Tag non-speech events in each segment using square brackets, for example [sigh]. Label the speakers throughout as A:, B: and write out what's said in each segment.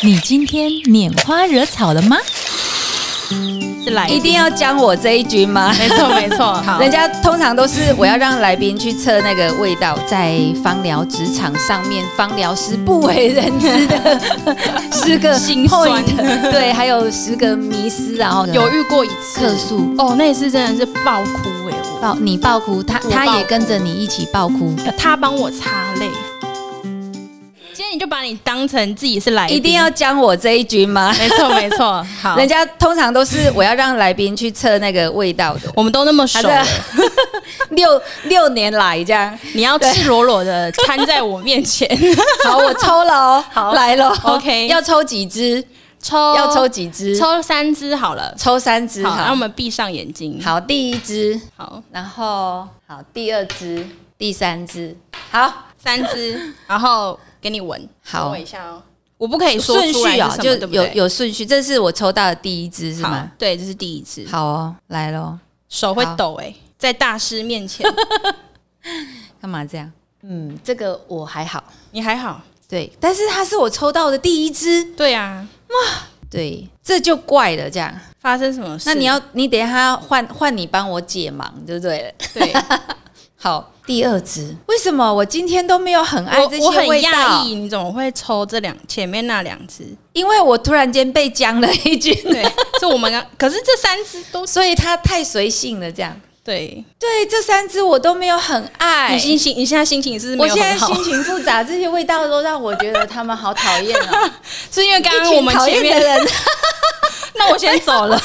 A: 你今天拈花惹草了吗？
B: 是来
C: 一定要讲我这一局吗？
B: 没错没
C: [laughs]
B: 错，好
C: 人家通常都是我要让来宾去测那个味道，在芳疗职场上面，芳疗师不为人知的
A: [laughs]
C: 十个
B: 心酸
C: point，对，还有十个迷思啊，然后
B: 有遇过一次
C: 客诉
B: 哦，那一次真的是爆哭哎、我
C: 爆你爆哭，他
B: 我
C: 他
B: 爆
C: 也跟着你一起爆哭，
B: 他帮我擦泪。今天你就把你当成自己是来宾，
C: 一定要讲我这一局吗？
B: 没错没
C: [laughs]
B: 错，好，
C: 人家通常都是我要让来宾去测那个味道的，
B: 我们都那么熟
C: 他
B: 了
C: 这 [laughs] 六六年来这样。
B: 你要赤裸裸的摊在我面前，
C: 好，我抽了哦，
B: 好
C: 来了
B: OK
C: 要抽几支？
B: 抽
C: [laughs] 要抽几支？
B: 抽三支好了，
C: 抽三支，
B: 好，让
C: 好
B: 我，们闭上眼睛，
C: 好，第一支，
B: 好，
C: 然后好，第二支，第三支，好，
B: 三支，然后给你闻，
C: 好
B: 闻我一下哦，我不可以说
C: 顺
B: 出来
C: 序啊，
B: 是什么
C: 就
B: 对不
C: 有
B: 对
C: 有顺序，这是我抽到的第一支是
B: 好
C: 吗？，
B: 对，这是第一次，
C: 好哦，来喽，
B: 手会
C: 好
B: 抖哎、在大师面前，
C: 干嘛这样？嗯，这个我还好，
B: 你还好？
C: 对，但是它是我抽到的第一支，
B: 对啊，
C: 对，这就怪了，这样，
B: 发生什么事？
C: 那你要你等一下换换你帮我解盲，对不对？
B: [laughs] 对
C: 好，第二支，为什么我今天都没有很爱
B: 我
C: 这
B: 我
C: 些
B: 很
C: 味
B: 讶
C: 道？
B: 异，你怎么会抽这两前面那两支？
C: 因为我突然间被讲了一
B: [laughs]
C: 句，
B: 对，是我们刚，可是这三支都
C: 所以它太随性了，这样。
B: 对。
C: 对，这三支我都没有很爱
B: 你。心情，你现在心情是不
C: 我
B: 是
C: 现
B: 没有
C: 在
B: 很好 [laughs]
C: 心，情复杂，这些味道都让我觉得他们好讨厌哦。
B: 是因为 [laughs] 刚
C: 一
B: 刚我
C: 群
B: 们
C: 讨
B: 前
C: 厌
B: 面
C: 的人，
B: 那我先走 [laughs] 了。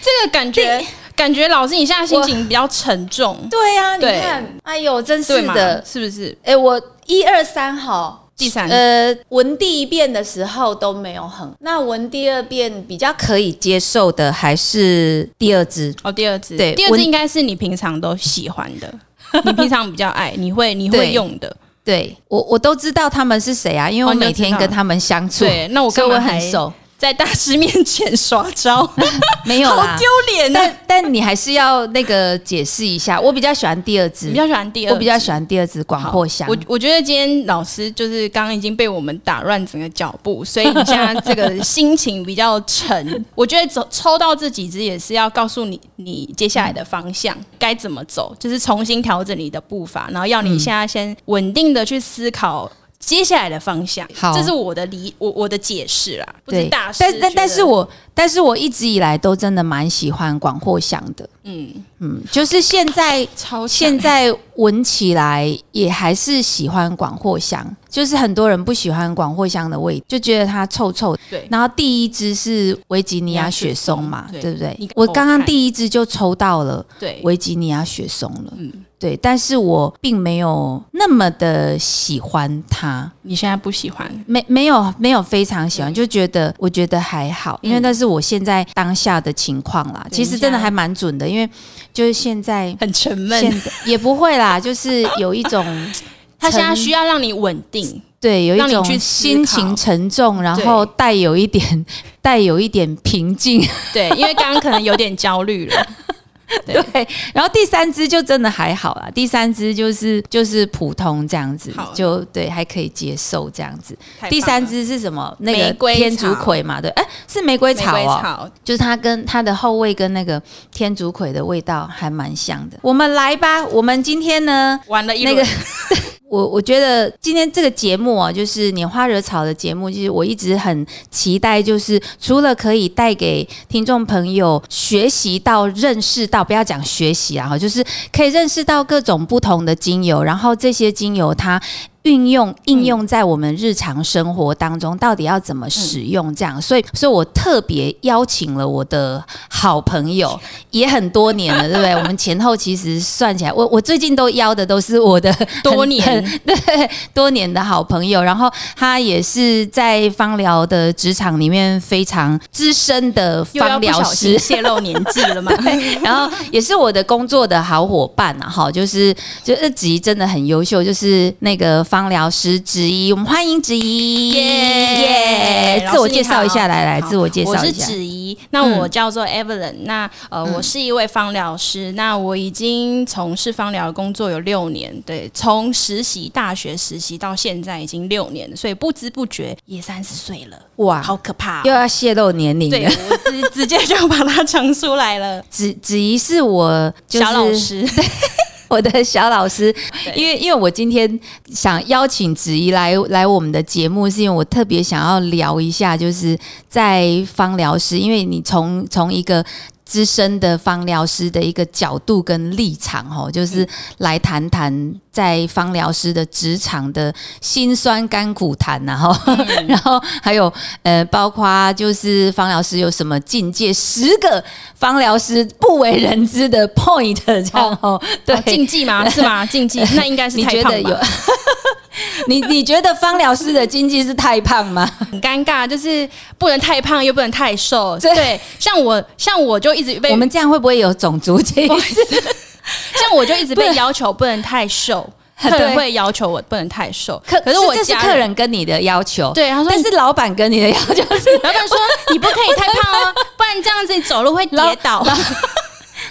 B: 这个感 [laughs] 觉，感觉老师你现在心情比较沉重，
C: 对呀、你
B: 对
C: 看，哎呦，真
B: 对
C: 是
B: 吗？
C: 的。
B: 是不是？
C: 哎，我一二三好。
B: 第三，
C: 呃，闻第一遍的时候都没有很，那闻第二遍比较可以接受的还是第二支。
B: 哦，第二支，
C: 对
B: 第二支
C: 温
B: 应该是你平常都喜欢的，你平常比较爱，你会你会
C: 对
B: 用的。
C: 对我我都知道他们是谁啊，因为我
B: 哦你都
C: 每天
B: 知道
C: 跟他们相处，
B: 对，那我
C: 所
B: 干
C: 以我
B: 嘛
C: 很
B: 还
C: 熟。
B: 在大师面前耍招？
C: 没有
B: 好
C: 啦
B: 丢，脸啊呢！
C: 但但你还是要那个解释一下，我比较喜欢第二支
B: 你比，较喜欢第二，
C: 我比较喜欢第二支广藿香。
B: 我我觉得今天老师就是刚刚已经被我们打乱整个脚步，所以你现在这个心情比较
C: [laughs]
B: 沉。我觉得走抽到这几支也是要告诉你你接下来的方向该怎么走，就是重新调整你的步伐，然后要你现在先稳定的去思考。接下来的方向，
C: 好
B: 这是我的理我我的解释啦，不是
C: 对，
B: 大
C: 但
B: 师
C: 但
B: 觉
C: 但
B: 得
C: 是我但是我一直以来都真的蛮喜欢广藿香的，
B: 嗯
C: 嗯，就是现在
B: 超
C: 现
B: 现在
C: 在闻起来也还是喜欢广藿香，就是很多人不喜欢广藿香的味，就觉得它臭臭的。
B: 对
C: 然后第一支是维吉尼亚雪松嘛，
B: 对
C: 对不对
B: 你？
C: 我刚
B: 我
C: 刚
B: 看
C: 第一支就抽到了
B: 对
C: 维吉尼亚雪松了，
B: 嗯
C: 对，但是我并没有那么的喜欢它，
B: 你现在不喜欢，
C: 没没有没有非常喜欢，就觉得我觉得还好，因为
B: 嗯
C: 那是我现在当下的情况啦。
B: 对
C: 其
B: 你
C: 实
B: 现
C: 真的
B: 在
C: 还蛮准的，因为就是现在
B: 很沉闷。
C: 现在也不会
B: [laughs]
C: 啦，就是有一种
B: 他现在
C: 沉
B: 需要让你稳定，
C: 对有
B: 让
C: 一
B: 你
C: 种
B: 去思
C: 心
B: 考
C: 情沉重，然后带有一点 [laughs] 带有一点平静。
B: 对，因为刚刚可能有点焦虑了。 [laughs] 对
C: 对，然后第三支就真的还好啦，第三支就是就是普通这样子
B: 好，
C: 就对还可以接受这样子。
B: [laughs] 太棒了
C: 第三支是什么？那
B: 玫
C: 个
B: 瑰
C: 天竺
B: 草
C: 葵嘛，对，哎、是玫瑰
B: 玫
C: 草
B: 瑰
C: 哦。
B: 草，
C: 就是它跟它的后味跟那个天竺葵的味道还蛮像的。我们来吧，我们今天呢，
B: 玩了一
C: 那
B: 轮，
C: 个 [laughs] 我我觉得今天这个节目啊，就是拈花惹草的节目，就是我一直很期待，就是除了可以带给听众朋友学习到、认识到，不要讲学习啊，哈就是可以认识到各种不同的精油，然后这些精油它。运用应用在我们日常生活当中，到底要怎么使用？这样，所以，所以我特别邀请了我的好朋友，也很多年了，对不对？我们前后其实算起来，我我最近都邀的都是我的
B: 多
C: 很
B: 年
C: 很对多年的好朋友，然后他也是在芳疗的职场里面非常资深的
B: 又要
C: 芳
B: 不
C: 疗
B: 小
C: 师
B: 心，泄露年纪了嘛？
C: [laughs] 然后也是我的工作的好伙伴啊，哈，就是就呃这子怡真的很优秀，就是那个芳疗师子怡，我们欢迎子怡，
B: 耶
C: 耶自我介绍一下，来来，
B: 好
C: 自我介
B: 我
C: 绍
B: 是
C: 一下，嗯
B: 子怡，一。那我叫做 Evelyn，、那呃，我是一位芳疗师，那我已经从事芳疗工作有六年，对，从实习大学实习到现在已经六年了，所以不知不觉也三十岁了，
C: 哇，
B: 好可怕、
C: 又
B: 哦！
C: 要泄露年龄
B: 对，
C: 了。
B: 我直直接就把它讲出来了，
C: 子子怡是我 [laughs] 就是
B: 小老师，
C: [laughs] 我的小老师
B: 对，
C: 因为因为我今天想邀请子怡来来我们的节目，是因为我特别想要聊一下，就是在芳疗师，因为你从从一个资深的芳疗师的一个角度跟立场哦，就是来谈谈在芳疗师的职场的辛酸甘苦谈、然后、 [laughs] 然后还有呃，包括就是芳疗师有什么境界，十个芳疗师不为人知的 point 这样哦，对
B: 哦，禁
C: [laughs]
B: 忌吗？是吗？禁忌，那应该是
C: 你
B: 太
C: 觉
B: 胖
C: 得
B: 吧
C: 有？ [laughs] 你你觉得芳疗师的经济是太胖 [laughs] 吗？
B: 很尴尬，就是不能太胖，又不能太
C: [laughs]
B: 瘦。
C: 对
B: 对，像我，像我就一直被
C: 我们这样会不会有种族歧 [laughs] 视？
B: 像我就一直
C: 不
B: 被
C: 能
B: 要求不能太瘦，
C: [laughs] 对
B: 客人会要求我不能太瘦。
C: 可
B: 可是我
C: 这是
B: 家
C: 客人跟你的要求，，
B: 对他说
C: 但
B: 你，
C: 是老板跟你的要求 [laughs] 是，
B: 老板说你不可以太胖哦，不然这样子你走路会跌倒。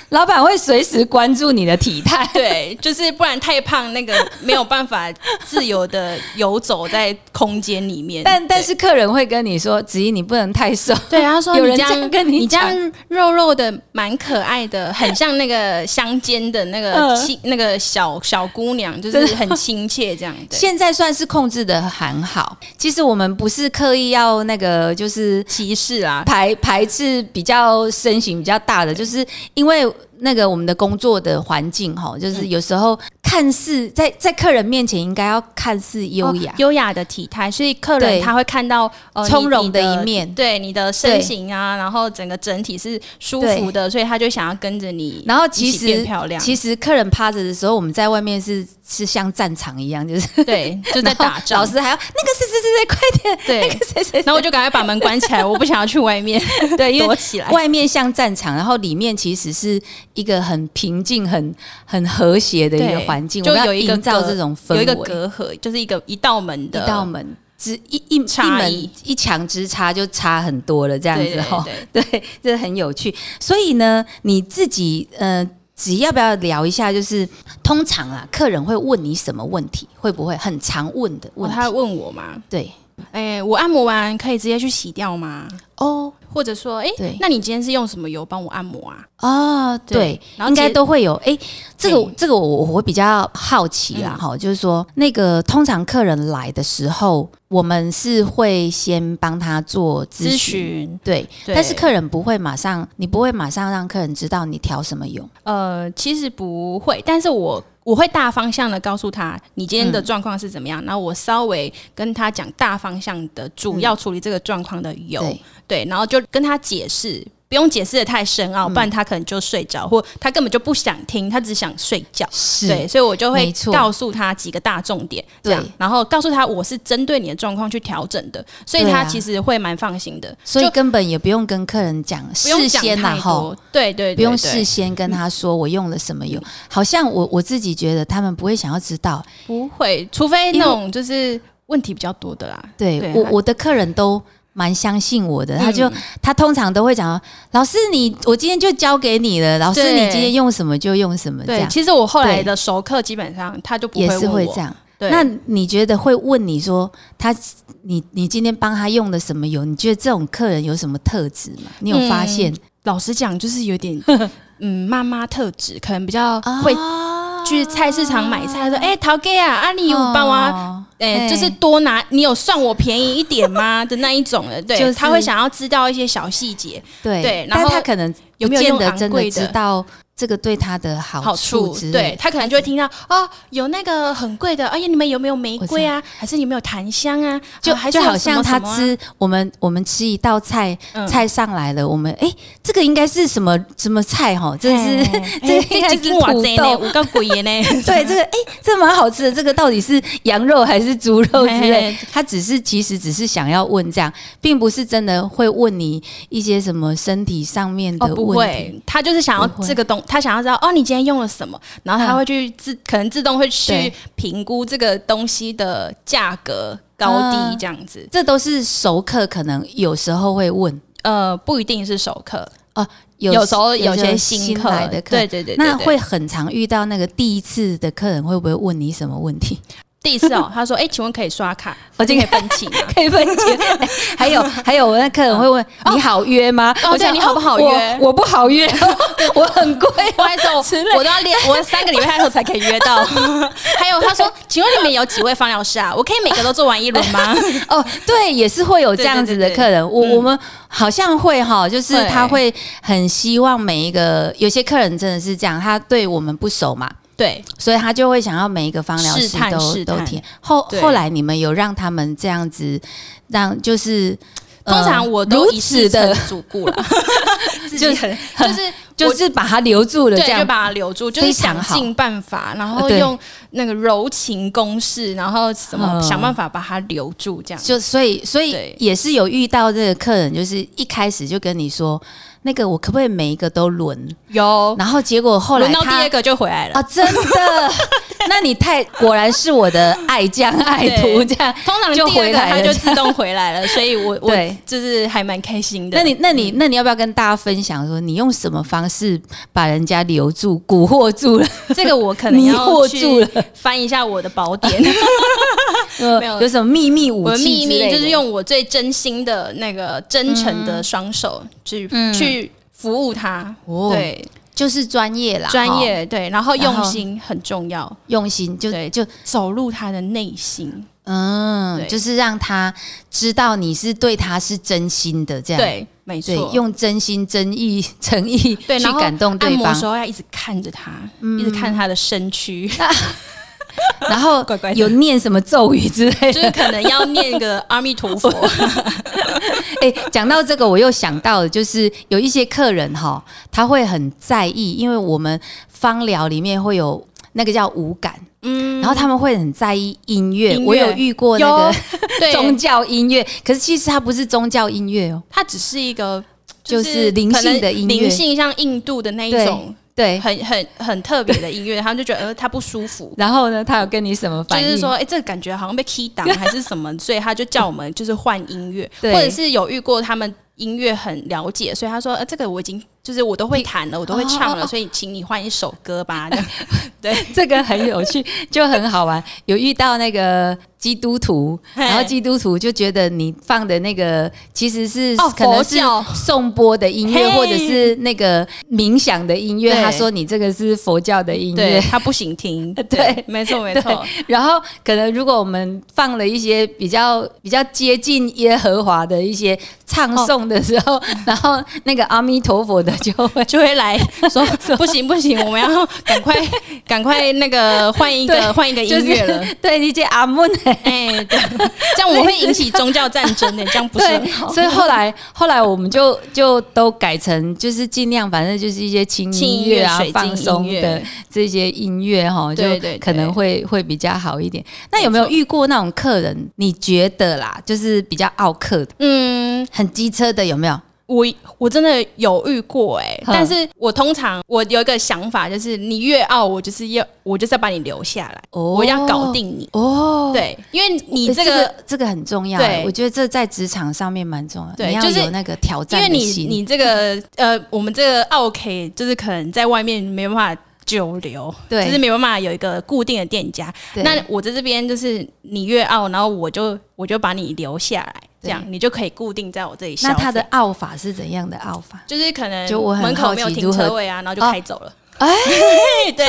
C: 老板会随时关注你的体态。
B: [laughs] 对，就是不然太胖，那个没有办法自由的游走在空间里面。
C: 但但
B: 对
C: 是客人会跟你说，子怡你不能太瘦，
B: 对，他说
C: 有
B: 你
C: 人
B: 这
C: 这样
B: 样
C: 跟你
B: 你这
C: 讲
B: 样肉肉的，蛮可爱的，很像那个乡间的那个
C: 嗯
B: 亲、那个小小姑娘，就是很亲切这样。 [laughs] 对，
C: 现在算是控制的很好。其实我们不是刻意要那个，就是
B: 歧视
C: [laughs]
B: 啊，
C: 排排斥比较身形比较大的，就是因为那个我们的工作的环境哈，
B: 嗯
C: 就是有时候看似在在客人面前应该要看似优雅
B: 哦，优雅的体态，所以客
C: 对
B: 人他会看到呃你
C: 从容
B: 你
C: 的
B: 的
C: 一面
B: 对你的身形啊，然后整个整体是舒服的，所以他就想要跟着你，
C: 然后其
B: 一起变
C: 实
B: 漂亮，
C: 其实客人趴着的时候，我们在外面是是像战场一样，就是
B: 对，就在打
C: 然后
B: 仗
C: 老，师还要那个谁谁谁谁快点，
B: [laughs] 对。
C: 谁谁
B: 然后我就赶快把门关起来，我不想要去外 [laughs] 面
C: 对，因为
B: 躲起来。
C: 外面像战场，然后里面其实是一个很平静、很很和谐的一个
B: 对
C: 环境，
B: 就
C: 我们要
B: 有一个
C: 营造
B: 隔
C: 这种氛围，
B: 有一个隔阂，就是一个一道门的
C: 一道门，只一一一
B: 差
C: 门
B: 异
C: 一墙之差就差很多了，这样
B: 对
C: 子
B: 对
C: 哦。[laughs]
B: 对
C: 对，这很有趣。所以呢，你自己呃，只要不要聊一下？就是通常啊，客人会问你什么问题？会不会很常问的
B: 哦
C: 问题？
B: 他问我嘛，
C: 对，
B: 哎、我按摩完可以直接去洗掉吗？
C: 哦
B: 或者说，哎、
C: 对
B: 那你今天是用什么油帮我按摩啊？
C: 哦，对
B: 对，然后
C: 应该
B: 其实
C: 都会有。哎，这个
B: 哎
C: 这个我我会比较好奇
B: 嗯
C: 啦，哈、就是说那个通常客人来的时候，我们是会先帮他做咨
B: 咨
C: 询。
B: 询，
C: 对，
B: 对
C: 但是客人不会马上，你不会马上让客人知道你调什么油。
B: 呃，其实不会，但是我我会大方向的告诉他你今天的状况是怎么样，然后我稍微跟他讲大方向的主要处理这个状况的油，
C: 对，
B: 嗯对，然后就跟他解释。不用解释的太深奥，不然他可能就睡着，或他根本就不想听，他只想睡觉。
C: 是
B: 对，所以我就
C: 没
B: 会
C: 错
B: 告诉他几个大重点，这
C: 对
B: 样，然后告诉他我是针对你的状况去调整的，所以
C: 对啊
B: 他其实会蛮放心的，
C: 所以
B: 就
C: 根本也不用跟客人讲，
B: 不用
C: 事
B: 讲
C: 先啊然
B: 太
C: 后
B: 多，对对对，
C: 不用
B: 对嗯
C: 事先跟他说我用了什么油。好像我我自己觉得他们不会想要知道。
B: 不会，除非
C: 因为
B: 那种就是问题比较多的啦。
C: 对
B: 对
C: 我
B: 他
C: 我的客人都蛮相信我的，他就
B: 嗯
C: 他通常都会讲，老师你我今天就交给你了，老师
B: 对
C: 你今天用什么就用什么，这
B: 对，
C: 样
B: 其实我后来的熟客基本上他就不
C: 也
B: 会
C: 是
B: 问
C: 会
B: 我
C: 这。样。
B: 对，
C: 那你觉得会问你说他，你你今天帮他用的什么油？你觉得这种客人有什么特质吗？你有发现、
B: 老实讲，就是有点
C: [laughs]
B: 嗯妈妈特质，可能比较
C: 啊
B: 会去菜市场买菜，说哎陶哥啊，啊你有帮我
C: 哦
B: 哎
C: 哎
B: 就是多拿，你有算我便宜一点
C: [laughs]
B: 吗的那一种的，
C: 就
B: 对，
C: 是
B: 他会想要知道一些小细节，
C: 对
B: 对然
C: 但
B: 后
C: 他可能
B: 有没有
C: 不见
B: 用
C: 得
B: 昂
C: 真的
B: 贵
C: 知
B: 的
C: 道这个对他的好
B: 好
C: 处
B: 处
C: 之，
B: 对
C: 类。
B: 他可能就会听到哦，有那个很贵的，哎呀，你们有没有玫瑰啊？还是你们有檀香啊？
C: 就
B: 啊还是
C: 就
B: 有
C: 好
B: 什
C: 像
B: 么
C: 他
B: 什么啊
C: 吃我们我们吃一道菜，
B: 嗯
C: 菜上来了，我们哎、这个应该是什么什么菜哈？这是 [laughs] 这
B: 哎
C: 应该
B: 这
C: 是
B: 一斤哇
C: 土
B: 这呢，
C: 豆，，
B: 五个鬼的呢
C: [laughs]
B: [laughs]
C: 对这个哎、这蛮好吃的，这个到底是羊肉还是猪肉之类
B: 嘿？
C: 他只是其实只是想要问这样，并不是真的会问你一些什么身体上面的
B: 哦不
C: 问题。
B: 会，他就是想要
C: 不会
B: 这个东，他想要知道哦，你今天用了什么，然后他
C: 嗯
B: 会去自可能自动会去
C: 对
B: 评估这个东西的价格高低
C: 嗯
B: 这样子。
C: 这都是熟客可能有时候会问，
B: 呃，不一定是首课，
C: 有
B: 时候有
C: 些
B: 些
C: 新
B: 课
C: 来的客
B: 对
C: 人，
B: 对对对
C: 那
B: 对
C: 会很常遇到那个第一次的客人会不会问你什么问题？
B: 第一次哦，他说：“哎、请问可以刷
C: [laughs]
B: 卡？
C: 哦
B: 我
C: 这
B: 就
C: 个
B: [laughs] 可以分期
C: [laughs]
B: 吗
C: 可以分解。还有还有，我那客人会问你好约吗？
B: 哦
C: 我想
B: 对你好不好约
C: 我我不好约， [laughs] 我很贵。？”哦
B: 不好意思，我我都要练，我三个礼拜后才可以约
C: [laughs]
B: 到。还有他说：“请问你们有几位方疗师啊？我可以每个都做完一轮吗
C: 哦， [laughs] 对，也是会有这样子的客人。我
B: 对对对嗯
C: 我们好像会哈，就是
B: 会
C: 他会很希望每一个有些客人真的是这样，他对我们不熟嘛，？”
B: 对，
C: 所以他就会想要每一个方疗
B: 试
C: 师
B: 探
C: 都
B: 试
C: 都
B: 探
C: 听。后
B: 对
C: 后来你们有让他们这样子，让就是
B: 通
C: 呃
B: 常我都
C: 如
B: 一
C: 此
B: 次
C: 的
B: 的主顾
C: [laughs]
B: 了，
C: 就
B: 就是是
C: [laughs]
B: 就是
C: 就
B: 我
C: 是把他留住了，这
B: 对，就
C: 样
B: 把它留住，就
C: 非
B: 是
C: 常
B: 想
C: 好呃
B: 尽办法，然后
C: 对
B: 用那个柔情攻势，然后怎么
C: 嗯
B: 想办法把它留住，这样。
C: 就所以所以
B: 对
C: 也是有遇到这个客人，就是一开始就跟你说，那个我可不可以每一个都轮？
B: 有，
C: 然后结果后来
B: 哦轮到第
C: 他
B: 二个就回来了
C: 啊，。真的，那你太果然是我的爱将爱徒
B: [laughs] 对
C: 这样。
B: 通常
C: 就
B: 第二
C: 回
B: 个
C: 来了
B: 它就自动回来
C: [laughs]
B: 了，所以我我
C: 对
B: 就是还蛮开心的。
C: 那你、那你、那你要不要跟大家分享说，你用什么方式把人家留住、蛊惑住了？
B: 这个我可能
C: 迷
B: 要
C: 惑住
B: 去
C: 了，
B: 翻一下我的宝
C: [laughs]
B: 典，
C: 呃
B: 没有
C: 有什么秘密武
B: 我的
C: 器
B: 秘
C: 之
B: 密
C: 类
B: 就是
C: 的
B: 用我最真心的那个真诚的双手去
C: 嗯
B: 去服务他，
C: 哦
B: 对，
C: 就是专业啦，
B: 专
C: 哦
B: 业对，然后
C: 然后
B: 用心很重要，
C: 用心就
B: 对
C: 就
B: 走入他的内心，
C: 嗯，
B: 对
C: 就是让他知道你是对他是真心的这样。
B: 对，没
C: 对，
B: 错，
C: 用真心、真意、诚意
B: 对，
C: 去
B: 然后
C: 感动
B: 按
C: 对
B: 摩的时
C: 方，嗯
B: 候要一直看着他，一直看他的身躯，
C: 然
B: [laughs]
C: 后
B: 乖乖的
C: 有念什么咒语之类
B: 就
C: 的。
B: 是可能要念个阿弥陀佛，
C: [laughs] 哎、讲到这个，我又想到了，就是有一些客人哈，他会很在意，因为我们芳疗里面会有那个叫五感，
B: 嗯，
C: 然后他们会很在意音乐。
B: 音乐
C: 我有遇过那个
B: [laughs]
C: [laughs]
B: 对，
C: 宗教音乐，可是其实它不是宗教音乐哦，
B: 它只是一个
C: 就是灵性的音乐
B: 可能灵性像印度的那一种
C: 对。
B: 很很很特别的音乐，他们就觉得呃它不舒服。
C: 然后呢，他有跟你什么
B: 就
C: 反应？
B: 是说，哎、这个感觉好像被 key
C: [laughs]
B: 档还是什么，所以他就叫我们就是换音乐，
C: 对
B: 或者是有遇过他们音乐很了解，所以他说，呃，这个我已经就是我都会弹了，我都会唱
C: 哦哦
B: 了，
C: 哦
B: 所以请你换一首歌
C: [laughs]
B: 吧。这样
C: 这个很有趣，就很好玩。有遇到那个基督徒，
B: 嘿
C: 然后基督徒就觉得你放的那个其实是
B: 哦
C: 可能是
B: 佛教
C: 颂钵的音乐，
B: 嘿
C: 或者是那个冥想的音乐。
B: 对
C: 他说你这个是佛教的音
B: 对
C: 乐。
B: 他不行听，
C: 对
B: 没错没
C: [laughs] 对
B: 错，
C: 然后可能如果我们放了一些比较比较接近耶和华的一些唱诵的时候，
B: 哦
C: [laughs] 然后那个阿弥陀佛的就会
B: 就会来说
C: [laughs]
B: 不行不行，我们要赶快赶快那个换一
C: 对
B: 个换一个
C: 就
B: 音
C: 是
B: 乐了。
C: 对，你这阿门
B: 哎、对， [laughs] 这样我们会引起宗教战争
C: [laughs]
B: 的、这样不是很好。
C: 所以后来 [laughs] 后来我们就就都改成就是尽量，反正就是一些轻
B: 轻
C: 音
B: 音
C: 乐
B: 乐
C: 啊
B: 水、晶
C: 放松
B: 音乐
C: 的这些音乐哈，就
B: 对对对
C: 可能会会比较好一点。那有没有
B: 没错
C: 遇过那种客人？你觉得啦，就是比较傲客的、
B: 嗯，
C: 很机车的，有没有？
B: 我我真的有遇过哎、
C: 哼
B: 但是我通常我有一个想法，就是你越傲，我就是要我就是要把你留下来，
C: 哦
B: 我要搞定你。
C: 哦，
B: 对，因为你
C: 诶
B: 这
C: 这
B: 个，
C: 个这个很重要、
B: 对
C: 我觉得这在职场上面蛮重要，
B: 对
C: 你要
B: 就是
C: 有那个挑
B: 因
C: 战
B: 为
C: 的
B: 你
C: 心。
B: 你这个呃，我们这个 OK，就是可能在外面没办法久留，
C: 对
B: 就是没办法有一个固定的店家。
C: 对
B: 那我在这边就是你越傲，然后我就我就把你留下来，这样
C: 对
B: 你就可以固定在我这里消
C: 那
B: 费。
C: 他的傲法是怎样的傲法？
B: 就是可能
C: 就我很
B: 门
C: 好
B: 口没有
C: 奇
B: 停
C: 如何
B: 车位啊，然后就开走了。
C: 哎，
B: [laughs] 对对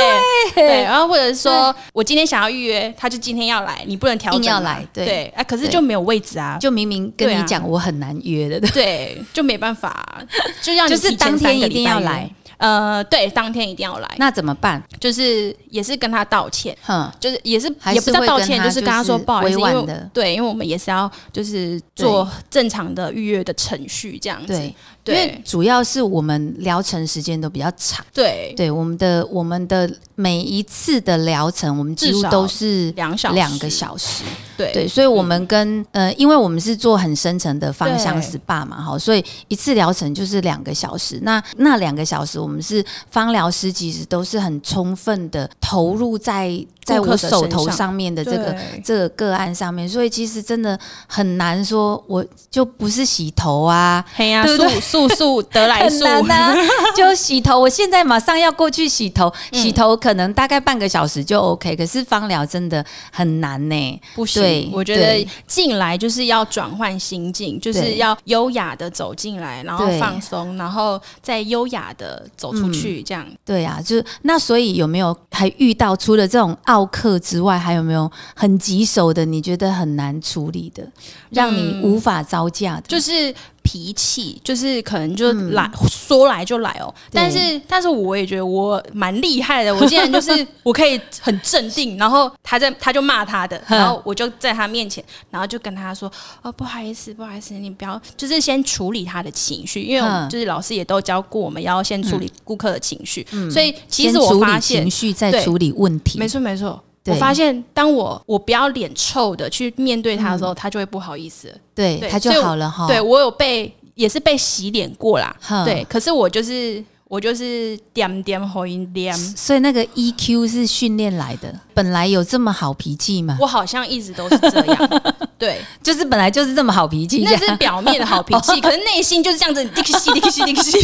B: [laughs] 对，然后或者是说我今天想要预约，他就今天要来，你不能调整
C: 硬要
B: 嘛
C: 来对
B: 对啊，可是
C: 对
B: 就没有位置啊，
C: 就明明跟
B: 对
C: 你
B: 啊
C: 讲我很难约的，对
B: 对，就没办法啊，就让你
C: 就是
B: 提前
C: 当天
B: 三个
C: 一定
B: 礼拜
C: 要
B: 约
C: 来。
B: 呃，对，当天一定要来，
C: 那怎么办？
B: 就是也是跟他道歉，
C: 哼，
B: 就是也是
C: 还是
B: 也不叫道歉，
C: 会跟他
B: 就是跟他说
C: 就是
B: 不好意思，
C: 委
B: 因
C: 婉
B: 为
C: 的
B: 我对，因为我们也是要就是做正常的预约的程序这样子，
C: 对，
B: 嗯对
C: 因为主要是我们疗程时间都比较长，
B: 对，
C: 对我们的我们的每一次的疗程，我们几乎
B: 至少
C: 都是
B: 两小
C: 两个
B: 时
C: 小时，
B: 对嗯
C: 对，所以我们跟、呃，因为我们是做很深层的芳香
B: 对
C: SPA 嘛，哈，所以一次疗程就是两个小时。那那两个小时，我们是芳疗师其实都是很充分的投入在在
B: 顾客
C: 我
B: 的
C: 手
B: 身
C: 头
B: 上
C: 上面的这个
B: 对
C: 这个个案上面，所以其实真的很难说，我就不是洗头啊，
B: 嘿呀、
C: 对不对
B: 素素
C: [laughs]
B: 素得来
C: 很
B: 素，
C: 难啊，就洗头。我现在马上要过去洗头，
B: 嗯
C: 洗头可能大概半个小时就 OK，可是芳疗真的很难呢、
B: [laughs] 不
C: 对
B: 行，我觉
C: 对
B: 得进来就是要转换心境，就是
C: 对
B: 要优雅的走进来，然后
C: 对
B: 放松，然后再优雅的走出去，这样。
C: 对啊，就是那所以有没有还遇到除了这种奥客之外，还有没有很棘手的？你觉得很难处理的，让你无法招架的？
B: 嗯就是脾气，就是可能就
C: 嗯
B: 来、说来就来哦。但是，但是我也觉得我蛮厉害的，我竟然就是
C: [laughs]
B: 我可以很镇定，然后他在他就骂他的，
C: 哼
B: 然后我就在他面前，然后就跟他说：“哦，不好意思，不好意思，你不要，就是先处理他的情绪，因为我们
C: 哼嗯
B: 就是老师也都教过我们要先处理顾客的情绪，所以其
C: 先
B: 实我
C: 处
B: 发
C: 理
B: 现
C: 情绪，再
B: 对
C: 处理问题。
B: 没错没错。”
C: 对
B: 我发现，当我我不要脸臭的去面对他的时
C: 嗯
B: 候，他就会不好意思了。
C: 对，
B: 对
C: 他就
B: 所以
C: 好了哈。
B: 对我有被也是被洗脸过啦
C: 哦哼，
B: 对，可是我就是我就是点点喉音点，
C: 所以那个 EQ 是训练来的，本来有这么好脾气吗？
B: 我好像一直都是这样，
C: [laughs]
B: 对，
C: 就是本来就是这么好脾气，
B: 那是表面的好脾
C: [laughs]
B: 气，可是内心就是这样子，滴个西滴个西滴个西，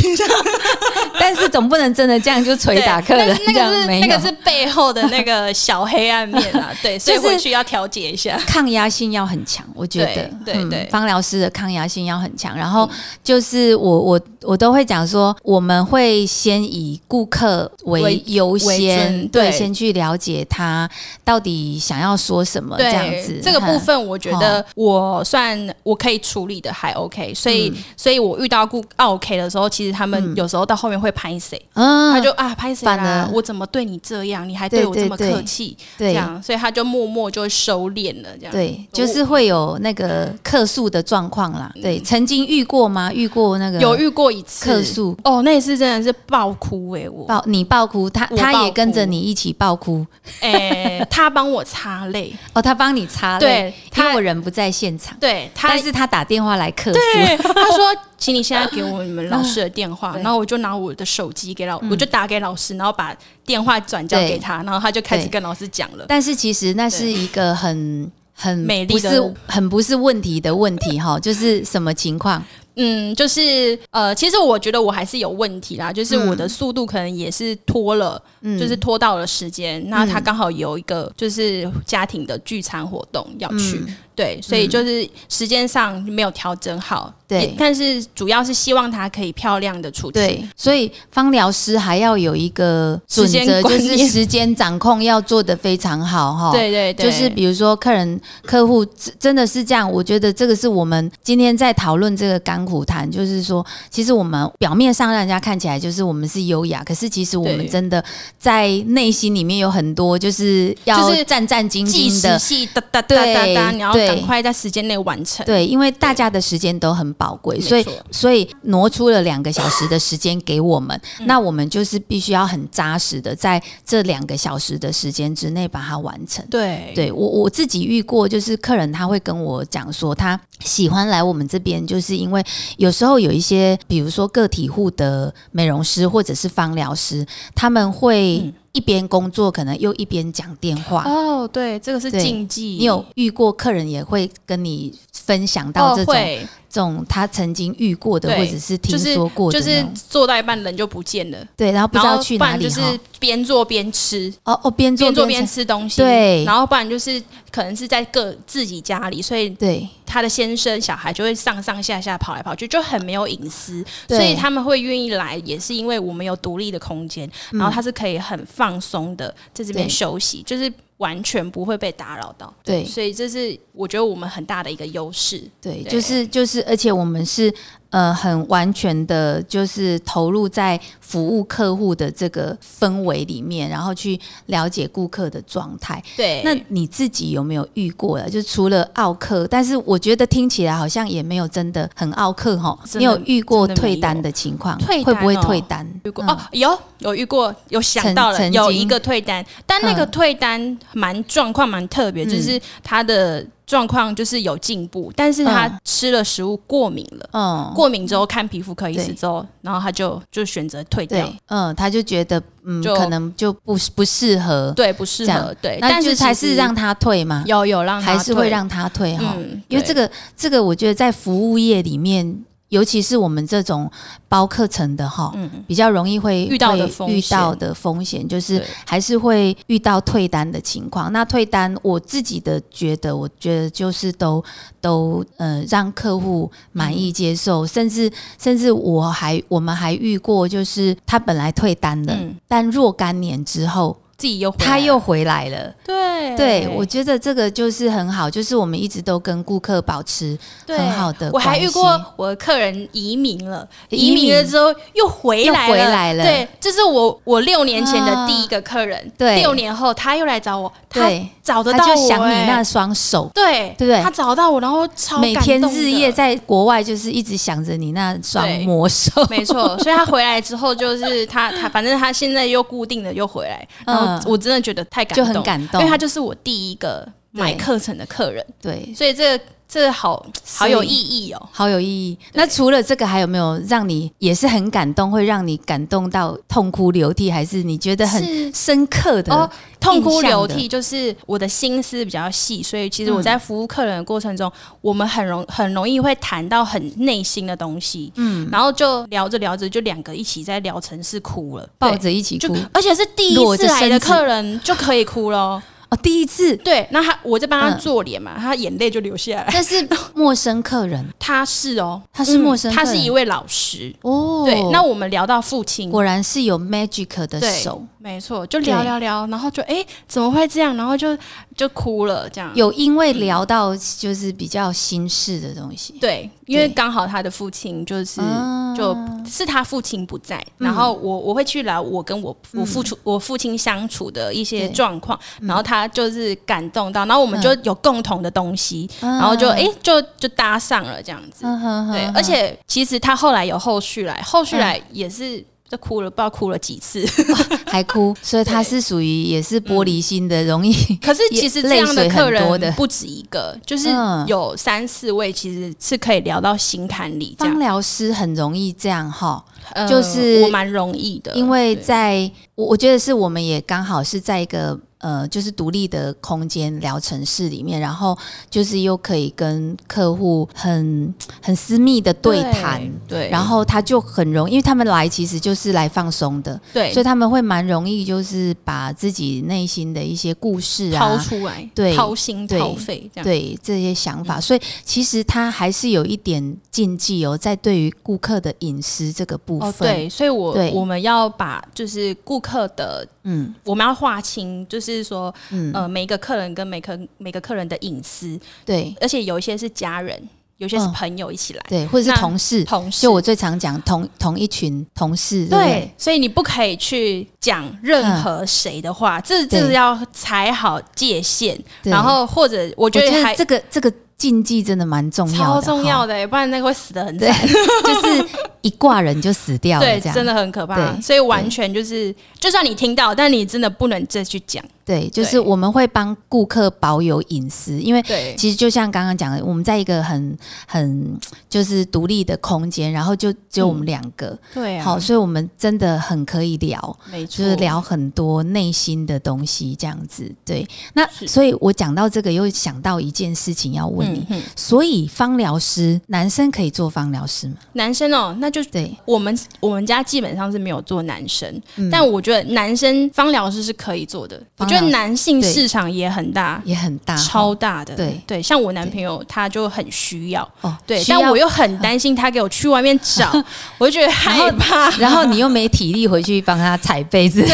C: 但是总不能真的这样就捶打客人，
B: 对那
C: 这样
B: 个是
C: 没
B: 那
C: 有
B: 个是背后的那个小黑暗面啊，
C: [laughs]
B: 对，所以
C: 就是
B: 回去要调节一下，
C: 抗压性要很强，我觉得嗯
B: 对对对
C: 芳疗师的抗压性要很强。然后就是我我我都会讲说，我们会先以顾客为
B: 为
C: 优
B: 为
C: 先，
B: 准
C: 对，
B: 对
C: 先去了解他到底想要说什 [laughs] 么，这样子
B: 对，。这个部
C: 哼
B: 分我觉得我算我可以处理的还 OK，所以
C: 嗯
B: 所以我遇到顾啊 OK 的时候，其实他们有时候到后面会拍谁。
C: 嗯
B: 他就啊，拍谁
C: 反
B: 啦
C: 而？
B: 我怎么对你这样？你还
C: 对
B: 对我这么
C: 对对
B: 客气，这
C: 对
B: 样，所以他就默默就收敛了，这样。哦
C: 对，
B: 我嗯
C: 就是会有那个客诉的状况啦。对，曾经遇过吗？遇过那个
B: 有遇过一次
C: 客诉
B: 哦，那一次真的是爆哭哎、我 [laughs]
C: 爆你爆哭，他
B: 我
C: 他
B: 爆
C: 也跟着
B: 哭
C: 你一起爆哭
B: 哎、他帮我擦泪，
C: 哦，他帮你擦泪
B: 对，
C: 因为
B: 他
C: 我人不在现场。
B: 对他
C: 但。是他打电话来客诉，
B: 对， [laughs] 他说：“请你现在给我们老师的电话。
C: [laughs] 对嗯
B: 然后我就拿我的手机给老，我就打给老师，然后把电话转交给他，然后他就开始
C: 对
B: 跟老师讲了。
C: [laughs] 但是其实那是一个很很
B: 美
C: 不
B: 丽的
C: 是很不是问题的问
B: [laughs]
C: 题哈，就是什么情况？
B: 嗯，就是呃，其实我觉得我还是有问题啦，就是我
C: 嗯
B: 的速度可能也是拖了，就是拖到了时间。那
C: 嗯
B: 他刚好有一个就是家庭的聚餐活动要去，
C: 嗯
B: 对，所以就是时间上没有调整好。
C: 对
B: 也但是主要是希望他可以漂亮的出去。
C: 对，所以芳疗师还要有一个准
B: 时间
C: 则，就
B: 观
C: 是
B: 念
C: 时间掌控要做得非常好哈。。
B: 对对对，
C: 哦就是比如说，客人、客户真真的是这样，我觉得这个是我们今天在讨论这个甘苦谈，就是说，其实我们表面上让人家看起来就是我们是优雅，可是其实我们
B: 对
C: 真的在内心里面有很多就是要
B: 就是
C: 战战兢
B: 计
C: 兢
B: 时
C: 的，
B: 器哒哒哒哒哒，
C: 对
B: 你要
C: 对
B: 赶快在时间内完成。
C: 对，因为大家的时间都很宝贵，
B: 没
C: 所以
B: 错
C: 所以挪出了两个小时的时间给我们，
B: 嗯
C: 那我们就是必须要很扎实的在这两个小时的时间之内把它完成。
B: 对
C: 对我我自己遇过，就是客人他会跟我讲说，他喜欢来我们这边，就是因为有时候有一些，比如说个体户的美容师或者是芳疗师，他们会一边工作，可能又一边讲电话。
B: 嗯哦，对，这个是
C: 对
B: 禁忌。
C: 你有遇过客人也会跟你分享到
B: 哦
C: 这种、
B: 会
C: 这种他曾经遇过的，
B: 对
C: 或者是听
B: 就是
C: 说过的
B: 就
C: 那
B: 是
C: 种
B: 做到一半人就不见了。
C: 对，然后不
B: 然
C: 知
B: 后
C: 道去
B: 不
C: 哪
B: 然
C: 里
B: 就是
C: 哈、
B: 边做边吃，
C: 哦哦，边做
B: 边做
C: 边
B: 边
C: 吃
B: 吃东西。
C: 对
B: 然后不然就是可能是在各自己家里，所以
C: 对
B: 他的先生小孩就会上上下下跑来跑去，就很没有隐私。
C: 对
B: 所以他们会愿意来，也是因为我们有独立的空间，然后他是可以很放松的在这边
C: 嗯对
B: 休息，就是完全不会被打扰到。
C: 对
B: 所以这是我觉得我们很大的一个优势。
C: 对，
B: 对
C: 就是就是，而且我们是呃很完全的，就是投入在服务客户的这个氛围里面，然后去了解顾客的状态。
B: 对，
C: 那你自己有没有遇过啊了？就除了奥克，但是我觉得听起来好像也没有真的很奥克哈。
B: 真的
C: 你有遇过
B: 真的没
C: 退
B: 有
C: 单的情况？
B: 退
C: 会
B: 单
C: 不会
B: 哦
C: 退单？
B: 遇过、
C: 嗯
B: 哦，有有遇过，有想
C: 曾
B: 到了
C: 曾
B: 有
C: 经
B: 一个退单，但那个
C: 嗯
B: 退单蛮状况蛮特别，
C: 嗯
B: 就是他的状况就是有进步，但是他
C: 嗯
B: 吃了食物过敏了。
C: 嗯，
B: 过哦敏之后看皮肤科医师
C: 对
B: 之后，然后他就就选择退掉，
C: 对，嗯，他就觉得嗯，
B: 就
C: 可能就不不适合，
B: 对，不适
C: 这
B: 合
C: 样，
B: 对，
C: 那
B: 但
C: 就是才
B: 其
C: 是
B: 实
C: 让他退嘛，
B: 有有让他
C: 还是会
B: 退
C: 让他退哈。
B: 嗯，
C: 因为这
B: 个
C: 个这个，我觉得在服务业里面，尤其是我们这种包课程的哈，比较容易会
B: 嗯遇到的
C: 会
B: 风
C: 遇
B: 险
C: 到的风险就是
B: 对
C: 还是会遇到退单的情况。那退单，我自己的觉得，我觉得就是都都呃让客户满意接受，甚至甚至我还我们还遇过，就是他本来退单了，
B: 嗯
C: 但若干年之后
B: 自己又回
C: 他
B: 来
C: 又
B: 了
C: 回来了。
B: 对
C: 对，我觉得这个就是很好，就是我们一直都跟顾客保持
B: 对
C: 很好的
B: 我还遇
C: 关
B: 过
C: 系
B: 我的客人移民了，
C: 移
B: 移
C: 民
B: 民了之后又回来了，
C: 又回来了
B: 对，这是我我六年前的第一个客人，
C: 嗯对
B: 六年后他又来找我，他
C: 对，
B: 找得
C: 他
B: 到我、
C: 就想你那
B: 哎
C: 双手，
B: 对
C: 对不对
B: 他找到我，然后超
C: 每
B: 感
C: 天
B: 动的
C: 日夜。在国外就是一直想着你那双
B: 对
C: 魔手，
B: 没错，所以他回来之后，就
C: [laughs]
B: 是他他反正他现在又固定的又回来，然后
C: 嗯
B: 我真的觉得太
C: [laughs]
B: 感
C: 就
B: 动，
C: 很感动
B: 因为他就是我第一个买
C: 对
B: 课程的客人，
C: 对，
B: 所以这个这个好好
C: 所以
B: 有意义哦。
C: 好有意义。那除了这个，还有没有让你也是很感动，会让你感动到痛哭流涕，还是你觉得
B: 是
C: 很深刻的？
B: 哦，痛哭流
C: 印象嗯
B: 涕就是我的心思比较细，所以其实我在服务客人的过程中，我们很容很容易会谈到很内心的东西，嗯，然后就聊着聊着就两个一起在聊城市哭了，
C: 抱
B: 对
C: 着一起
B: 就
C: 哭
B: 而且是第一
C: 裸
B: 次
C: 着
B: 来的
C: 身子
B: 客人就可以哭咯。
C: 哦，第一次，
B: 对，那他我在帮他
C: 嗯
B: 做脸嘛，他眼泪就流下来。
C: 那是 [laughs] 陌生客人
B: 他是哦，
C: 他是陌生
B: 他是
C: 客人
B: 一位老师。
C: 哦，
B: 对，那我们聊到父亲，
C: 果然是有 magic 的
B: 对
C: 手。
B: 没错，就聊
C: 对
B: 聊聊，然后就哎、诶怎么会这样？然后就就哭了，这样
C: 有因为聊到就是比较心事的东西，
B: 对，因为
C: 对
B: 刚好他的父亲就是、
C: 啊嗯
B: 就是他父亲不在，然后我我会去聊我跟我我父亲、我父亲相处的一些
C: 对嗯
B: 状况，然后他就是感动到，然后我们就有共同的东西，然后就哎、诶就就搭上了这样子。
C: 啊嗯哼哼
B: 对，啊
C: 哼
B: 而且其实他后来有后续来，后续来也是。就哭了，不知道哭了几次。 [laughs]
C: 还哭，所以他是属于也是玻璃心的，容易
B: 可是其实这样
C: 泪水很
B: 客
C: 多的
B: 人不止一个，就是
C: 嗯
B: 有三四位，其实是可以聊到心坎里这
C: [laughs]
B: 样
C: 芳。疗师很容易这样哈，
B: 呃
C: 就是
B: 我蛮容易的，
C: 因为
B: 对
C: 在我我觉得是我们也刚好是在一个呃就是独立的空间聊城市里面，然后就是又可以跟客户很很私密的对谈。，
B: 对，
C: 然后他就很容易，因为他们来其实就是来放松的，
B: 对，
C: 所以他们会蛮容易，就是把自己内心的一些故事啊，
B: 掏出来，
C: 对
B: 掏心
C: 对
B: 掏肺这样，嗯
C: 对这些想法，所以其实他还是有一点禁忌哦，在对于顾客的隐私这个部
B: 哦
C: 分，
B: 对，所以我
C: 对
B: 我们要把就是顾客的，
C: 嗯
B: 我们要划清，就是说，
C: 嗯，
B: 呃，每一个客人跟每个每个客人的隐私，
C: 对
B: 而且有一些是家人，有一些是
C: 嗯
B: 朋友一起来，
C: 对，或者
B: 那
C: 是同事，
B: 同事
C: 就我最常讲同同一群同事，对不对
B: 对，所以你不可以去讲任何谁的话，这这
C: 对
B: 要踩好界限，
C: 对
B: 然后或者我
C: 我
B: 觉
C: 觉
B: 得还
C: 得这个这个禁忌真的蛮重要的
B: 超
C: 哈，
B: 重要的欸，不然那个会死的很惨。
C: 就是一挂人就死掉了，
B: 对，
C: 这样
B: 真的很可怕。
C: 对
B: 所以完全就是，就算你听到，但你真的不能再去讲。
C: 对，就是
B: 对
C: 我们会帮顾客保有隐私，因为
B: 对
C: 其实就像刚刚讲的，我们在一个很很就是独立的空间，然后就只有我
B: 嗯
C: 们两个，
B: 对啊
C: 好，，所以我们真的很可以聊，
B: 没错，
C: 就是聊很多内心的东西，这样子。对，那
B: 是
C: 所以我讲到这个，又想到一件事情要问你，
B: 嗯。嗯
C: 所以芳疗师男生可以做芳疗师吗？
B: 男生哦，那就
C: 对，
B: 我们我们家基本上是没有做男生，但我觉得男生芳疗师是可以做的。我
C: 嗯芳
B: 觉
C: 疗
B: 得男性
C: 对
B: 市场也很大。
C: 也很大
B: 超
C: 哦
B: 大的，
C: 对
B: 对，像我男朋友他就很需要，
C: 哦，
B: 对，
C: 需
B: 但
C: 要
B: 我又很担心他给我去外面
C: [laughs]
B: 找，我就觉得害怕，
C: 然后你又没体力回去帮他踩被子，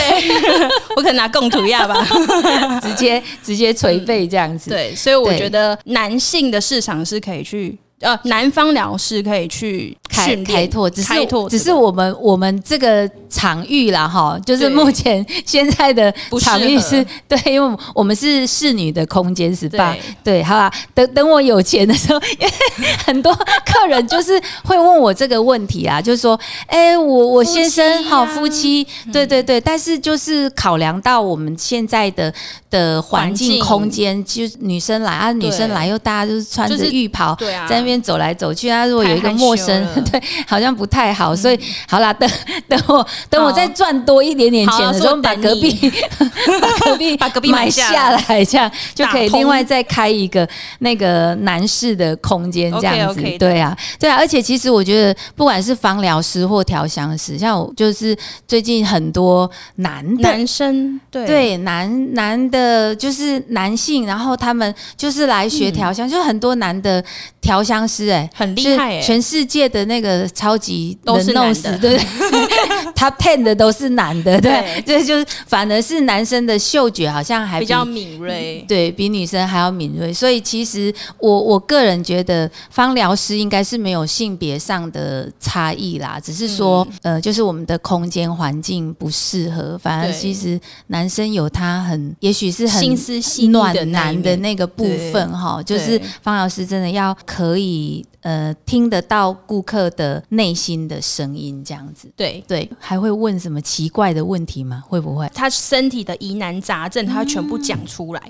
B: 我可能拿供图亚吧，
C: [laughs] 直接直接捶背这样子。
B: 对，所以我
C: 对
B: 觉得男性的市场是可以去，呃，男方疗是可以去
C: 开
B: 训练
C: 开拓，只是
B: 开拓这
C: 只
B: 个
C: 是我们我们这个场域啦，哈，就是
B: 对
C: 目前现在的
B: 不适合
C: 场域是 [laughs] 对，因为我们我们是侍女的空间 SPA，
B: 对
C: 对，好吧，等等我有钱的时候，因为很多客人就是会问我这个问题啊，就是 [laughs] 说，哎、我我
B: 夫
C: 先生
B: 妻
C: 好
B: 呀
C: 夫妻，
B: 啊
C: 对对
B: 嗯
C: 对，但是就是考量到我们现在的的环
B: 环
C: 境
B: 境
C: 空间，就是女生来啊，女
B: 对
C: 生来又大家就是穿着
B: 就是
C: 浴袍，
B: 对啊，
C: 在那边走来走去，啊他如果有一个
B: 太害
C: 陌
B: 羞
C: 生，
B: 了
C: [laughs]
B: 嗯
C: 对，好像不太好，所以好啦，等 [laughs] 等我等我再赚多一点点
B: 好
C: 钱的时
B: 所以
C: 候，
B: 我
C: 把
B: 等
C: 隔
B: 你
C: 壁 [laughs] 把隔壁
B: 把 [laughs] 隔壁
C: 买
B: 买下
C: 下来，这样就可以
B: 打通
C: 另外再开一个那个男士的空间，这样子
B: OK，OK，的，
C: 对啊，对啊，而且其实我觉得，不管是芳疗师或调香师，像我就是最近很多男的
B: [laughs] 男生对
C: 对男男的，就是男性，然后他们就是来学调香，就很多男的调香师、哎。
B: 很
C: 是
B: 嗯厉害哎、
C: 全世界的那个超级
B: 都是
C: 能弄
B: 男
C: 死
B: 的 [laughs]
C: 对不对？Top ten 的都是男的，对，这就是反而是男生的嗅觉好像还
B: 比较敏锐。
C: 对比女生还要敏锐，所以其实我我个人觉得芳疗师应该是没有性别上的差异啦，只是说、
B: 嗯
C: 呃，就是我们的空间环境不适合，反而
B: 对
C: 其实男生有他很，也许是很
B: 心思细腻的
C: 暖
B: 那一
C: 男的
B: 面，
C: 那个部分哈，就是
B: 对
C: 方老师真的要可以呃听得到顾客的内心的声音这样子。
B: 对
C: 对，还会问什么奇怪的问题吗？会不会？
B: 他身体的疑难杂症，他全部讲出来。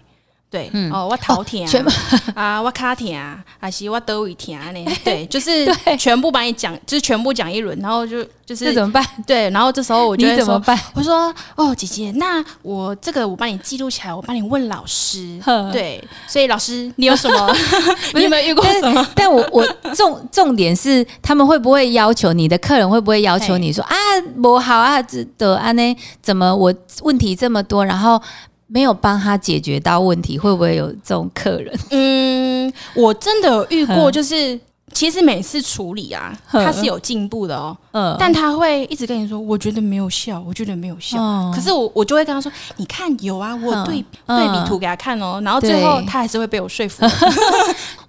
B: 对，哦，我头
C: 嗯
B: 疼
C: 全部
B: 啊，啊，我卡疼啊，还是我都会疼呢？
C: [laughs]
B: 对，就是全部把你讲，就是全部讲一轮，然后就就
C: 这
B: 是
C: 怎么办？
B: 对，然后这时候我就
C: 你
B: 会
C: 怎么
B: 说，
C: 办？
B: 我说哦，姐姐，那我这个我帮你记录起来，我帮你问老师。
C: 呵
B: 对，所以老师，你有什 [laughs] 么？你有没有遇过
C: 但
B: 什么？
C: 但我我重重点是，他们会不会要求你的客人会不会要求你说啊，我好啊，这的啊呢，怎么我问题这么多，然后没有帮他解决到问题，会不会有这种客
B: [laughs]
C: 人？
B: 嗯，我真的有遇过，
C: 呵
B: 就是其实每次处理啊，
C: 呵
B: 它是有进步的哦，
C: 嗯，
B: 但他会一直跟你说，我觉得没有效，我觉得没有效。
C: 哦
B: 可是我我就会跟他说，你看有啊，我有对、
C: 嗯
B: 对比图给他看哦，然后最后
C: 对嗯
B: 他还是会被我说服。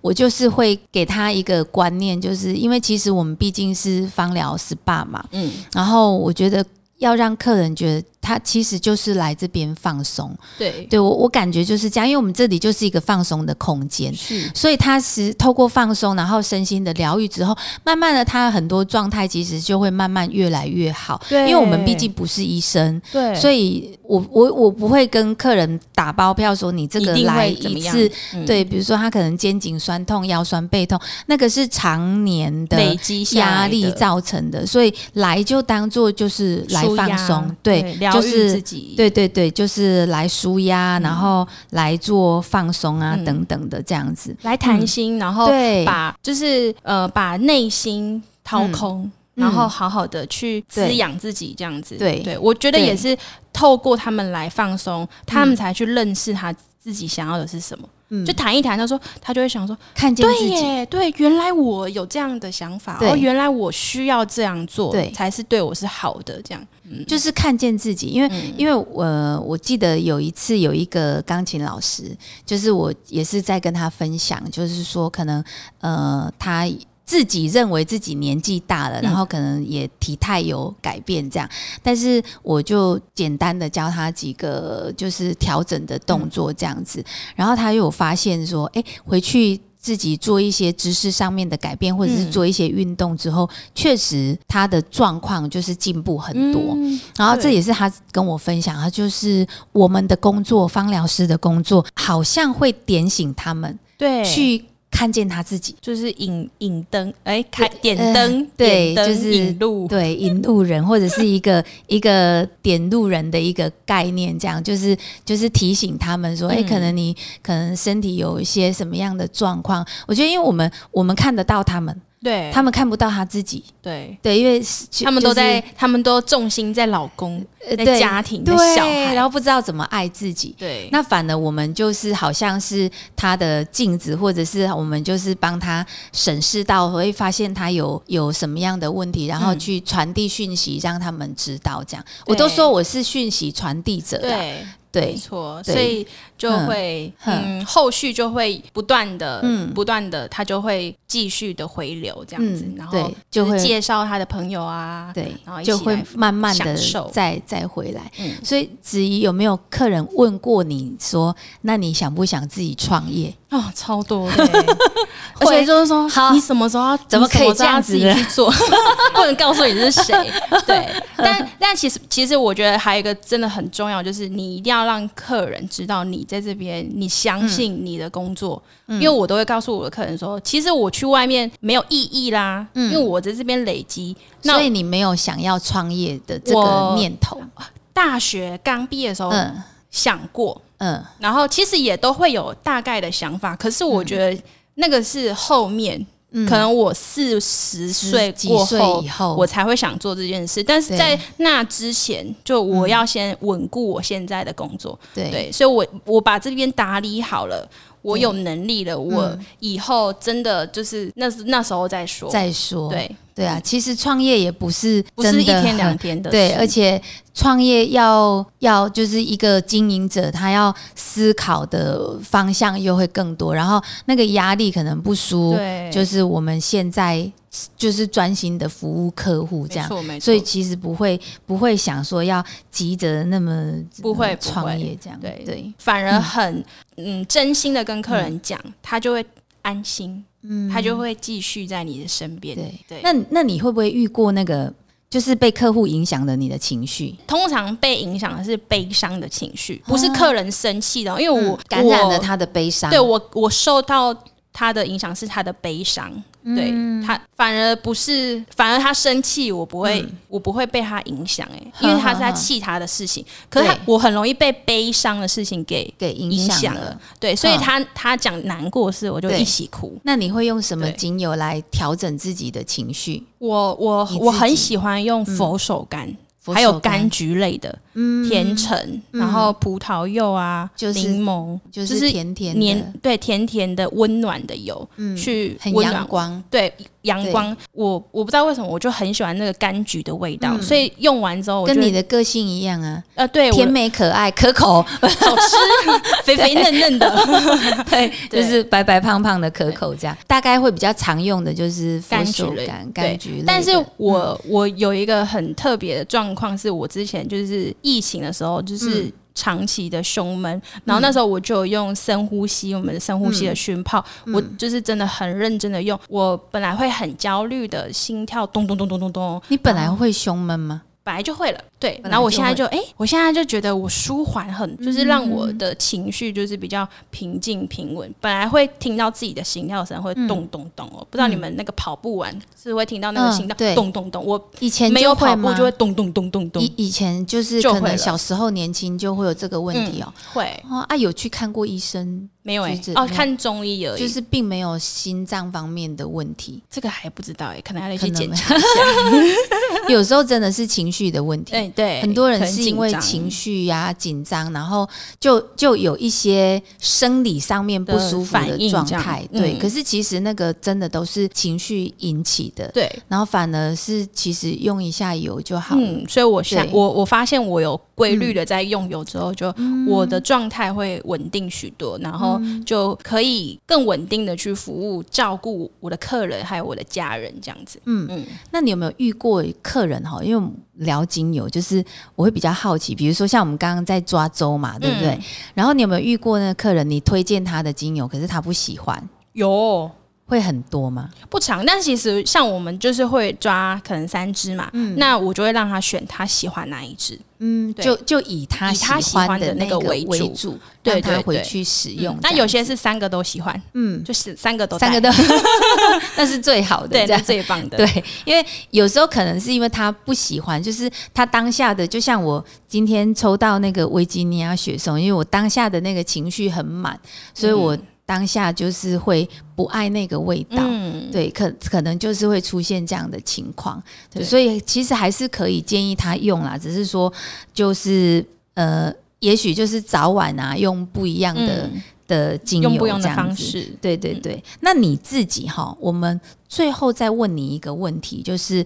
C: 我就是会给他一个观念，就是因为其实我们毕竟是芳疗 SPA 嘛，
B: 嗯，
C: 然后我觉得要让客人觉得他其实就是来这边放松，
B: 对，
C: 对我我感觉就是这样，因为我们这里就是一个放松的空间，
B: 是
C: 所以他是透过放松，然后身心的疗愈之后，慢慢的他很多状态其实就会慢慢越来越好。因
B: 对
C: 为我们毕竟不是医生，
B: 对，
C: 所以我我我不会跟客人打包票说你这个
B: 一定会
C: 来
B: 怎么
C: 一
B: 样
C: 次，
B: 嗯
C: 对，比如说他可能肩颈酸痛、腰酸背痛，那个是常年
B: 累
C: 的
B: 积下来
C: 压
B: 的
C: 力造成的，所以来就当做就是来
B: 舒
C: 放
B: 压
C: 松，
B: 对，
C: 对，
B: 疗
C: 就
B: 愈
C: 是
B: 自己，
C: 对对对，就是来舒压，然后来做放松啊、
B: 嗯
C: 等等的这样子。
B: 来谈心，然后
C: 嗯对
B: 把就是呃把内心掏空。
C: 嗯
B: 然后好好的去滋
C: 对
B: 养自己，这样子。
C: 对
B: 对我觉得
C: 对
B: 也是透过他们来放松，他们才去认识他自己想要的是什么。
C: 嗯
B: 就谈一谈，他说他就会想说，
C: 看见
B: 对
C: 自己，
B: 耶，对，原来我有这样的想法，
C: 对
B: 哦，原来我需要这样做，
C: 对
B: 才是对我是好的，这样。
C: 就是看见自己。因为、
B: 嗯
C: 因为我、呃我记得有一次有一个钢琴老师，就是我也是在跟他分享，就是说可能呃他。自己认为自己年纪大
B: 嗯
C: 了，然后可能也体态有改变这样，但是我就简单的教他几个就是调整的
B: 嗯
C: 动作这样子，然后他又有发现说，哎、回去自己做一些知识上面的改变，或者是
B: 嗯
C: 做一些运动之后，确实他的状况就是进步很多。
B: 嗯
C: 然后这
B: 对
C: 也是他跟我分享，他就是我们的工作，芳疗师的工作，好像会点醒他们
B: 对，
C: 去看见他自己。
B: 就是引引灯，哎，开点
C: 呃
B: 灯，
C: 对
B: 点灯
C: 就是
B: 引路，
C: 对，引路人或者是一个 [laughs] 一个点路人的一个概念，这样就是就是提醒他们说，哎、
B: 嗯
C: 可能你可能身体有一些什么样的状况。我觉得，因为我们我们看得到他们，
B: 对，
C: 他们看不到他自己。
B: 对，
C: 对，因为是就
B: 他们都
C: 就是
B: 在，他们都重心在老公、
C: 呃
B: 在
C: 对
B: 家庭、在
C: 对，
B: 小孩，
C: 然后不知道怎么爱自己。
B: 对，
C: 那反而我们就是好像是他的镜子，或者是我们就是帮他审视到，会发现他有有什么样的问题，然后
B: 嗯
C: 去传递讯息让他们知道。这样，
B: 对
C: 我都说我是讯息传递者啦。
B: 对，没
C: 对
B: 错，
C: 对
B: 所以就会
C: 嗯
B: 嗯，后续就会不断的、
C: 嗯
B: 不断的，它就会继续的回流这样子，
C: 嗯
B: 然后
C: 对就
B: 就是
C: 会
B: 介绍他的朋友啊，
C: 对
B: 然后，一起
C: 就会
B: 来
C: 慢慢的
B: 享受
C: 再再回来。
B: 嗯
C: 所以子怡有没有客人问过你说，那你想不想自己创业？
B: 哦，超多的欸、 [laughs] 而
C: 会
B: 且就是说，
C: 好
B: 你什么时候要
C: 怎么可以
B: 你什么时候要自
C: 这
B: 己
C: 样
B: 去做？ [laughs] 不能告诉你是谁。 [laughs] 对，但但其实其实我觉得还有一个真的很重要，就是你一定要让客人知道你在这边，你相信你的工作，因为我都会告诉我的客人说，其实我去外面没有意义啦，因为我在这边累积。那
C: 所以你没有想要创业的这个
B: 我
C: 念头？
B: 大学刚毕业的时候
C: 嗯
B: 想过，
C: 嗯
B: 然后其实也都会有大概的想法，可是我觉得那个是后面，
C: 嗯
B: 可能我四十岁
C: 几
B: 过
C: 岁
B: 后
C: 以。后，
B: 我才会想做这件事，但是在
C: 对
B: 那之前，就我要先稳固我现在的工作，
C: 对
B: 对，所以我我把这边打理好了，我有
C: 嗯
B: 能力了，我以后真的就是那时那时候再说，
C: 再说。
B: 对，
C: 对啊，其实创业也不是
B: 不是
C: 真
B: 一
C: 的
B: 天两
C: 很
B: 天的事，
C: 对，而且创业要要就是一个经营者，他要思考的方向又会更多，然后那个压力可能不输，
B: 对，
C: 就是我们现在就是专心的服务客户这
B: 没
C: 样，
B: 错没错，
C: 所以其实不会不会想说要急着那么呃
B: 不会不
C: 创
B: 会
C: 业这样，
B: 对
C: 对，
B: 反而很嗯真心的跟客人讲，他就会安心，
C: 嗯
B: 他就会继续在你的身边。
C: 对
B: 对，
C: 那那你会不会遇过那个就是被客户影响的你的情绪？
B: 通常被影响的是悲伤的情绪，不是客人生气的，因为我、
C: 嗯感染
B: 我
C: 了他的悲伤，
B: 对我我受到他的影响是他的悲伤，对
C: 嗯
B: 他反而不是，反而他生气，我不
C: 嗯
B: 会、我不会被他影响，哎，因为他是在气他的事情，可是他
C: 对
B: 我很容易被悲伤的事情给
C: 给影
B: 影
C: 响
B: 响
C: 了
B: 了。，对，所以
C: 嗯
B: 他、他讲难过的事，我就
C: 对
B: 一起哭。
C: 那你会用什么
B: 对
C: 精油来调整自己的情绪？
B: 我我
C: 你自己嗯
B: 我很喜欢用佛手柑，
C: 佛
B: 还有
C: 手
B: 柑橘类的、
C: 嗯
B: 甜橙，
C: 嗯
B: 然后葡萄柚啊，
C: 就是
B: 柠檬，
C: 就
B: 就是是
C: 甜甜
B: 黏
C: 的，
B: 对甜甜的温暖的油，
C: 嗯
B: 去
C: 很
B: 温暖
C: 阳光，
B: 对阳光。我我不知道为什么，我就很喜欢那个柑橘的味道，
C: 嗯
B: 所以用完之后我就
C: 跟你的个性一样啊，
B: 呃，对，我
C: 甜美可爱可口，
B: 好吃， [laughs] 肥肥嫩
C: [laughs]
B: 嫩的
C: 对，就
B: [laughs] 对
C: 是白白胖胖的可口这样。大概会比较常用的就是佛
B: 柑橘
C: 手
B: 类
C: 柑、柑
B: 对
C: 橘类的，嗯
B: 但是我我有一个很特别的状况，是我之前就是疫情的时候，就是。
C: 嗯
B: 长期的胸闷，然后那时候我就有用深呼吸，我们的深呼吸的熏泡，
C: 嗯
B: 我就是真的很认真的用。我本来会很焦虑的心跳咚咚咚咚咚咚，
C: 你本来会胸闷吗？
B: 本来就会了，对。
C: 本来
B: 然后我
C: 就
B: 现在
C: 会
B: 就哎、我现在就觉得我舒缓很，就是让我的情绪就是比较平静平稳。本来会听到自己的心跳声会
C: 嗯
B: 咚咚咚哦，不知道你们那个跑步完是会听到那个
C: 嗯
B: 心跳
C: 对
B: 咚咚咚，我
C: 以前
B: 啊没有
C: 就会
B: 跑步
C: 吗
B: 就会咚咚咚咚咚
C: 以，以前就是
B: 就
C: 可
B: 会
C: 能
B: 了嗯
C: 小时候年轻就会有这个问题哦。
B: 会
C: 哦啊，有去看过医生，
B: 没有哎、
C: 就是
B: 哦，看中医而已，
C: 就是并没有心脏方面的问题，
B: 这个还不知道哎、可能还得
C: 可
B: 去
C: 能
B: 检
C: 没
B: 查。
C: [laughs] 有时候真的是情绪的问题。
B: 对哎对，
C: 很多人
B: 可能
C: 是因为
B: 紧张
C: 情绪呀、紧张，然后就就有一些生理上面不舒服
B: 的
C: 的
B: 反应
C: 状
B: 这样
C: 态。
B: 嗯
C: 对，可是其实那个真的都是情绪引起的，
B: 对。
C: 然后反而是其实用一下油就好了。
B: 嗯，所以我想
C: 对
B: 我我发现我有规律的在用油之后，就
C: 嗯
B: 我的状态会稳定许多，然后就可以更稳定的去服务照顾我的客人还有我的家人这样子。
C: 嗯那你有没有遇过客人哈？因为我们聊精油，就是我会比较好奇，比如说像我们刚刚在抓周嘛，对不对？
B: 嗯
C: 然后你有没有遇过那个客人，你推荐他的精油，可是他不喜欢，
B: 有
C: 会很多吗？
B: 不长，但其实像我们就是会抓可能三支嘛，那我就会让他选他喜欢哪一支。
C: 嗯，
B: 对
C: 就就以他
B: 以他喜
C: 欢
B: 欢
C: 的
B: 的
C: 那
B: 那
C: 个
B: 个
C: 为
B: 为主
C: 主，
B: 对
C: 让他
B: 对
C: 回
B: 对
C: 去使
B: 嗯
C: 用。
B: 那
C: 这
B: 有
C: 样
B: 些是三个都喜欢，
C: 嗯，
B: 就是三个都
C: 三个
B: 带
C: 都，
B: [laughs]
C: 那是最好的，
B: 对，
C: 这
B: 那
C: 样
B: 是。最棒
C: [laughs]
B: 的。
C: 对，因为有时候可能是因为他不喜欢，就是他当下的，就像我今天抽到那个维吉尼亚雪松，因为我当下的那个情绪很满，所
B: 嗯
C: 以我当下就是会不爱那个味道。
B: 嗯，
C: 对，可可能就是会出现这样的情况，对，
B: 对
C: 所以其实还是可以建议他用啦，只是说就是呃，也许就是早晚啊，用不一样的、
B: 嗯
C: 的精油
B: 用不用
C: 这
B: 的
C: 样
B: 方
C: 子
B: 式。嗯
C: 对对对，那你自己哈，我们最后再问你一个问题，就是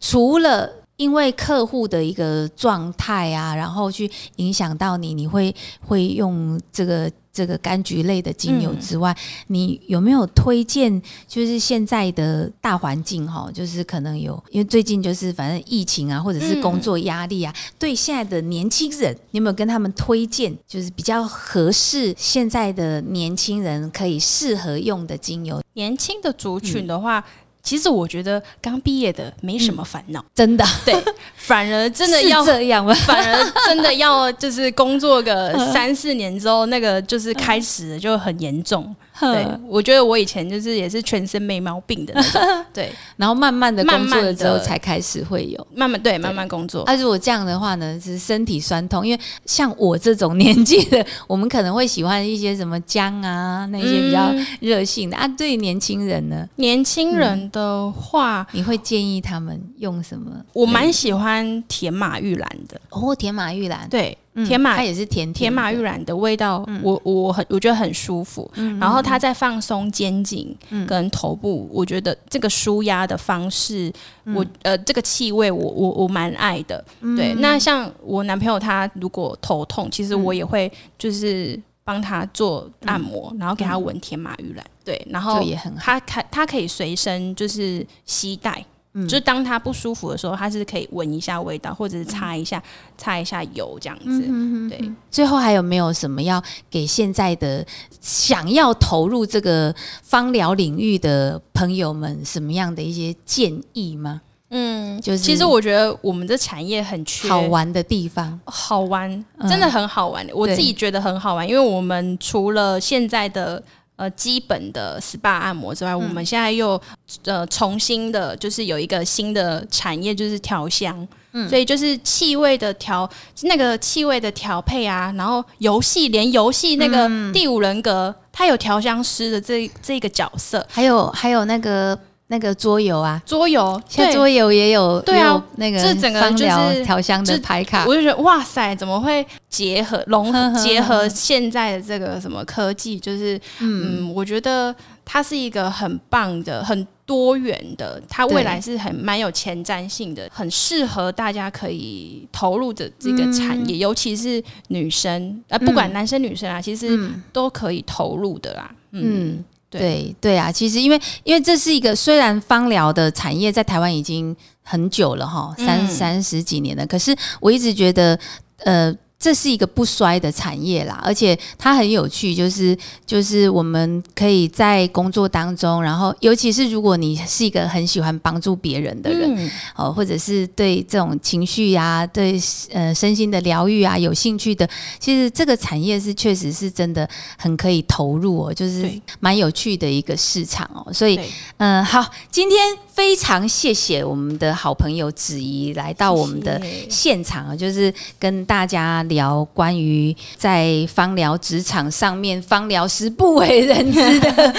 C: 除了因为客户的一个状态啊，然后去影响到你，你会会用这个这个柑橘类的精
B: 嗯
C: 油之外，你有没有推荐？就是现在的大环境哈，就是可能有，因为最近就是反正疫情啊，或者是工作压力啊，
B: 嗯
C: 对现在的年轻人，你有没有跟他们推荐，就是比较合适现在的年轻人可以适合用的精油？
B: 年轻的族群的话，
C: 嗯
B: 其实我觉得刚毕业的没什么烦恼，
C: 真的啊
B: 对，反而 [laughs] 真的
C: 嗯是
B: 要
C: 这样吗？
B: 反而真的要就是工作
C: [laughs]
B: 个
C: 嗯
B: 三四年之后，那个就是开始就很严重。
C: 嗯 [laughs]
B: 对，我觉得我以前就是也是全身没毛病的那
C: [laughs]
B: 种。对，
C: 然后慢慢的
B: 慢
C: 工
B: 慢
C: 作了之后
B: 地
C: 才开始会有。
B: 慢慢对慢慢工作。
C: 啊，如果这样的话呢，是身体酸痛，因为像我这种年纪的， [laughs] 我们可能会喜欢一些什么姜啊，那些比较
B: 嗯
C: 热性的、啊。对于年轻人呢，
B: 年轻
C: 嗯
B: 人的话，
C: 你会建议他们用什么？
B: 我蛮喜欢甜马玉兰的。
C: 哦，甜马玉兰，
B: 对，
C: 嗯，
B: 甜马
C: 它也是甜
B: 甜马玉
C: 兰，
B: 兰的味道，
C: 嗯
B: 我我很我觉得很舒服。然后它在放松肩颈
C: 嗯
B: 跟头部，我觉得这个舒压的方式，
C: 嗯
B: 我呃这个气味我我我蛮爱的。对，那像我男朋友他如果头痛，其
C: 嗯
B: 实我也会就是帮他做按摩，然后给他闻甜马玉兰。哦对，然
C: 嗯
B: 后
C: 就嗯也很好。
B: 他可他可以随身就是携带，
C: 嗯
B: 就是当他不舒服的时候，他是可以闻一下味道，或者是擦一下擦一下油这样
C: 嗯
B: 子。对。
C: 最后还有没有什么要给现在的想要投入这个芳疗领域的朋友们什么样的一些建议吗？
B: 嗯，
C: 就是
B: 其实我觉得我们这产业很缺
C: 好，玩的地方，
B: 好玩，
C: 嗯
B: 真的很好玩。我
C: 对
B: 自己觉得很好玩，因为我们除了现在的。呃，基本的 SPA 按摩之外，
C: 嗯
B: 我们现在又呃重新的，就是有一个新的产业，就是调香。
C: 嗯
B: 所以就是气味的调，那个气味的调配啊，然后游戏连游戏那个
C: 嗯
B: 第五人格，它有调香师的这这个角色，
C: 还有还有那个那个桌游啊，
B: 桌游
C: 现在
B: 对
C: 桌游也有
B: 对啊
C: 也有那个
B: 这整个
C: 芳
B: 就是
C: 疗调香的
B: 就
C: 牌卡
B: 我，就觉得哇塞，怎么会结合融
C: 呵呵
B: 合
C: 呵
B: 结合现在的这个什么科技？就是嗯我觉得它是一个很棒的、很多元的，它
C: 对
B: 未来是很蛮有前瞻性的，很适合大家可以投入的这个产
C: 嗯
B: 业，尤其是女生，呃，不管男生女生啊，其实都可以投入的啦。嗯，
C: 嗯。
B: 对
C: 对对啊，其实因为因为这是一个虽然芳疗的产业在台湾已经很久了哈，三
B: 嗯
C: 三十几年了，可是我一直觉得，呃，这是一个不衰的产业啦，而且它很有趣，就是就是我们可以在工作当中，然后尤其是如果你是一个很喜欢帮助别人的人，
B: 嗯
C: 哦，或者是对这种情绪啊，对呃身心的疗愈啊有兴趣的，其实这个产业是确实是真的很可以投入哦，就是
B: 对
C: 蛮有趣的一个市场哦。所以
B: 对，
C: 嗯、呃好，今天非常谢谢我们的好朋友子怡来到我们的
B: 谢谢
C: 现场啊，就是跟大家聊关于在芳疗职场上面，芳疗师不为人知
B: [laughs]
C: 的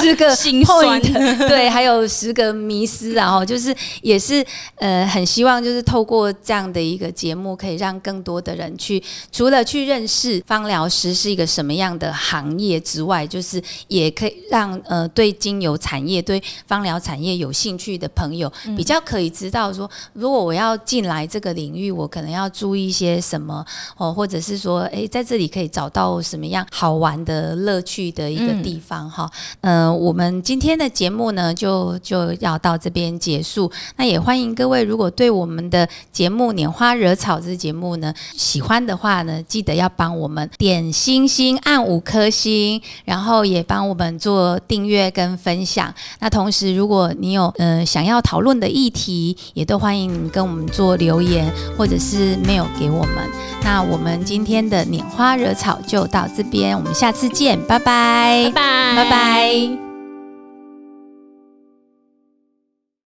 C: 十个
B: 心酸 [laughs]
C: point，对，还有十个迷思啊，哦，就是也是呃，很希望就是透过这样的一个节目，可以让更多的人去除了去认识芳疗师是一个什么样的行业之外，就是也可以让呃对精油产业、对芳疗产业有兴趣的朋友，比较可以知道说，如果我要进来这个领域，我可能要注意一些什么哦，或者是说，诶，在这里可以找到什么样好玩的乐趣的一个地方哈。嗯、我们今天的节目呢，就就要到这边结束。那也欢迎各位，如果对我们的节目《拈花惹草》这节目呢喜欢的话呢，记得要帮我们点星星、按五颗星，然后也帮我们做订阅跟分享。那同时，如果你有呃想要讨论的议题，也都欢迎你们跟我们做留言，或者是 mail 给我们。那我们今天的拈花惹草就到这边，我们下次见，拜拜
B: 拜拜
C: 拜拜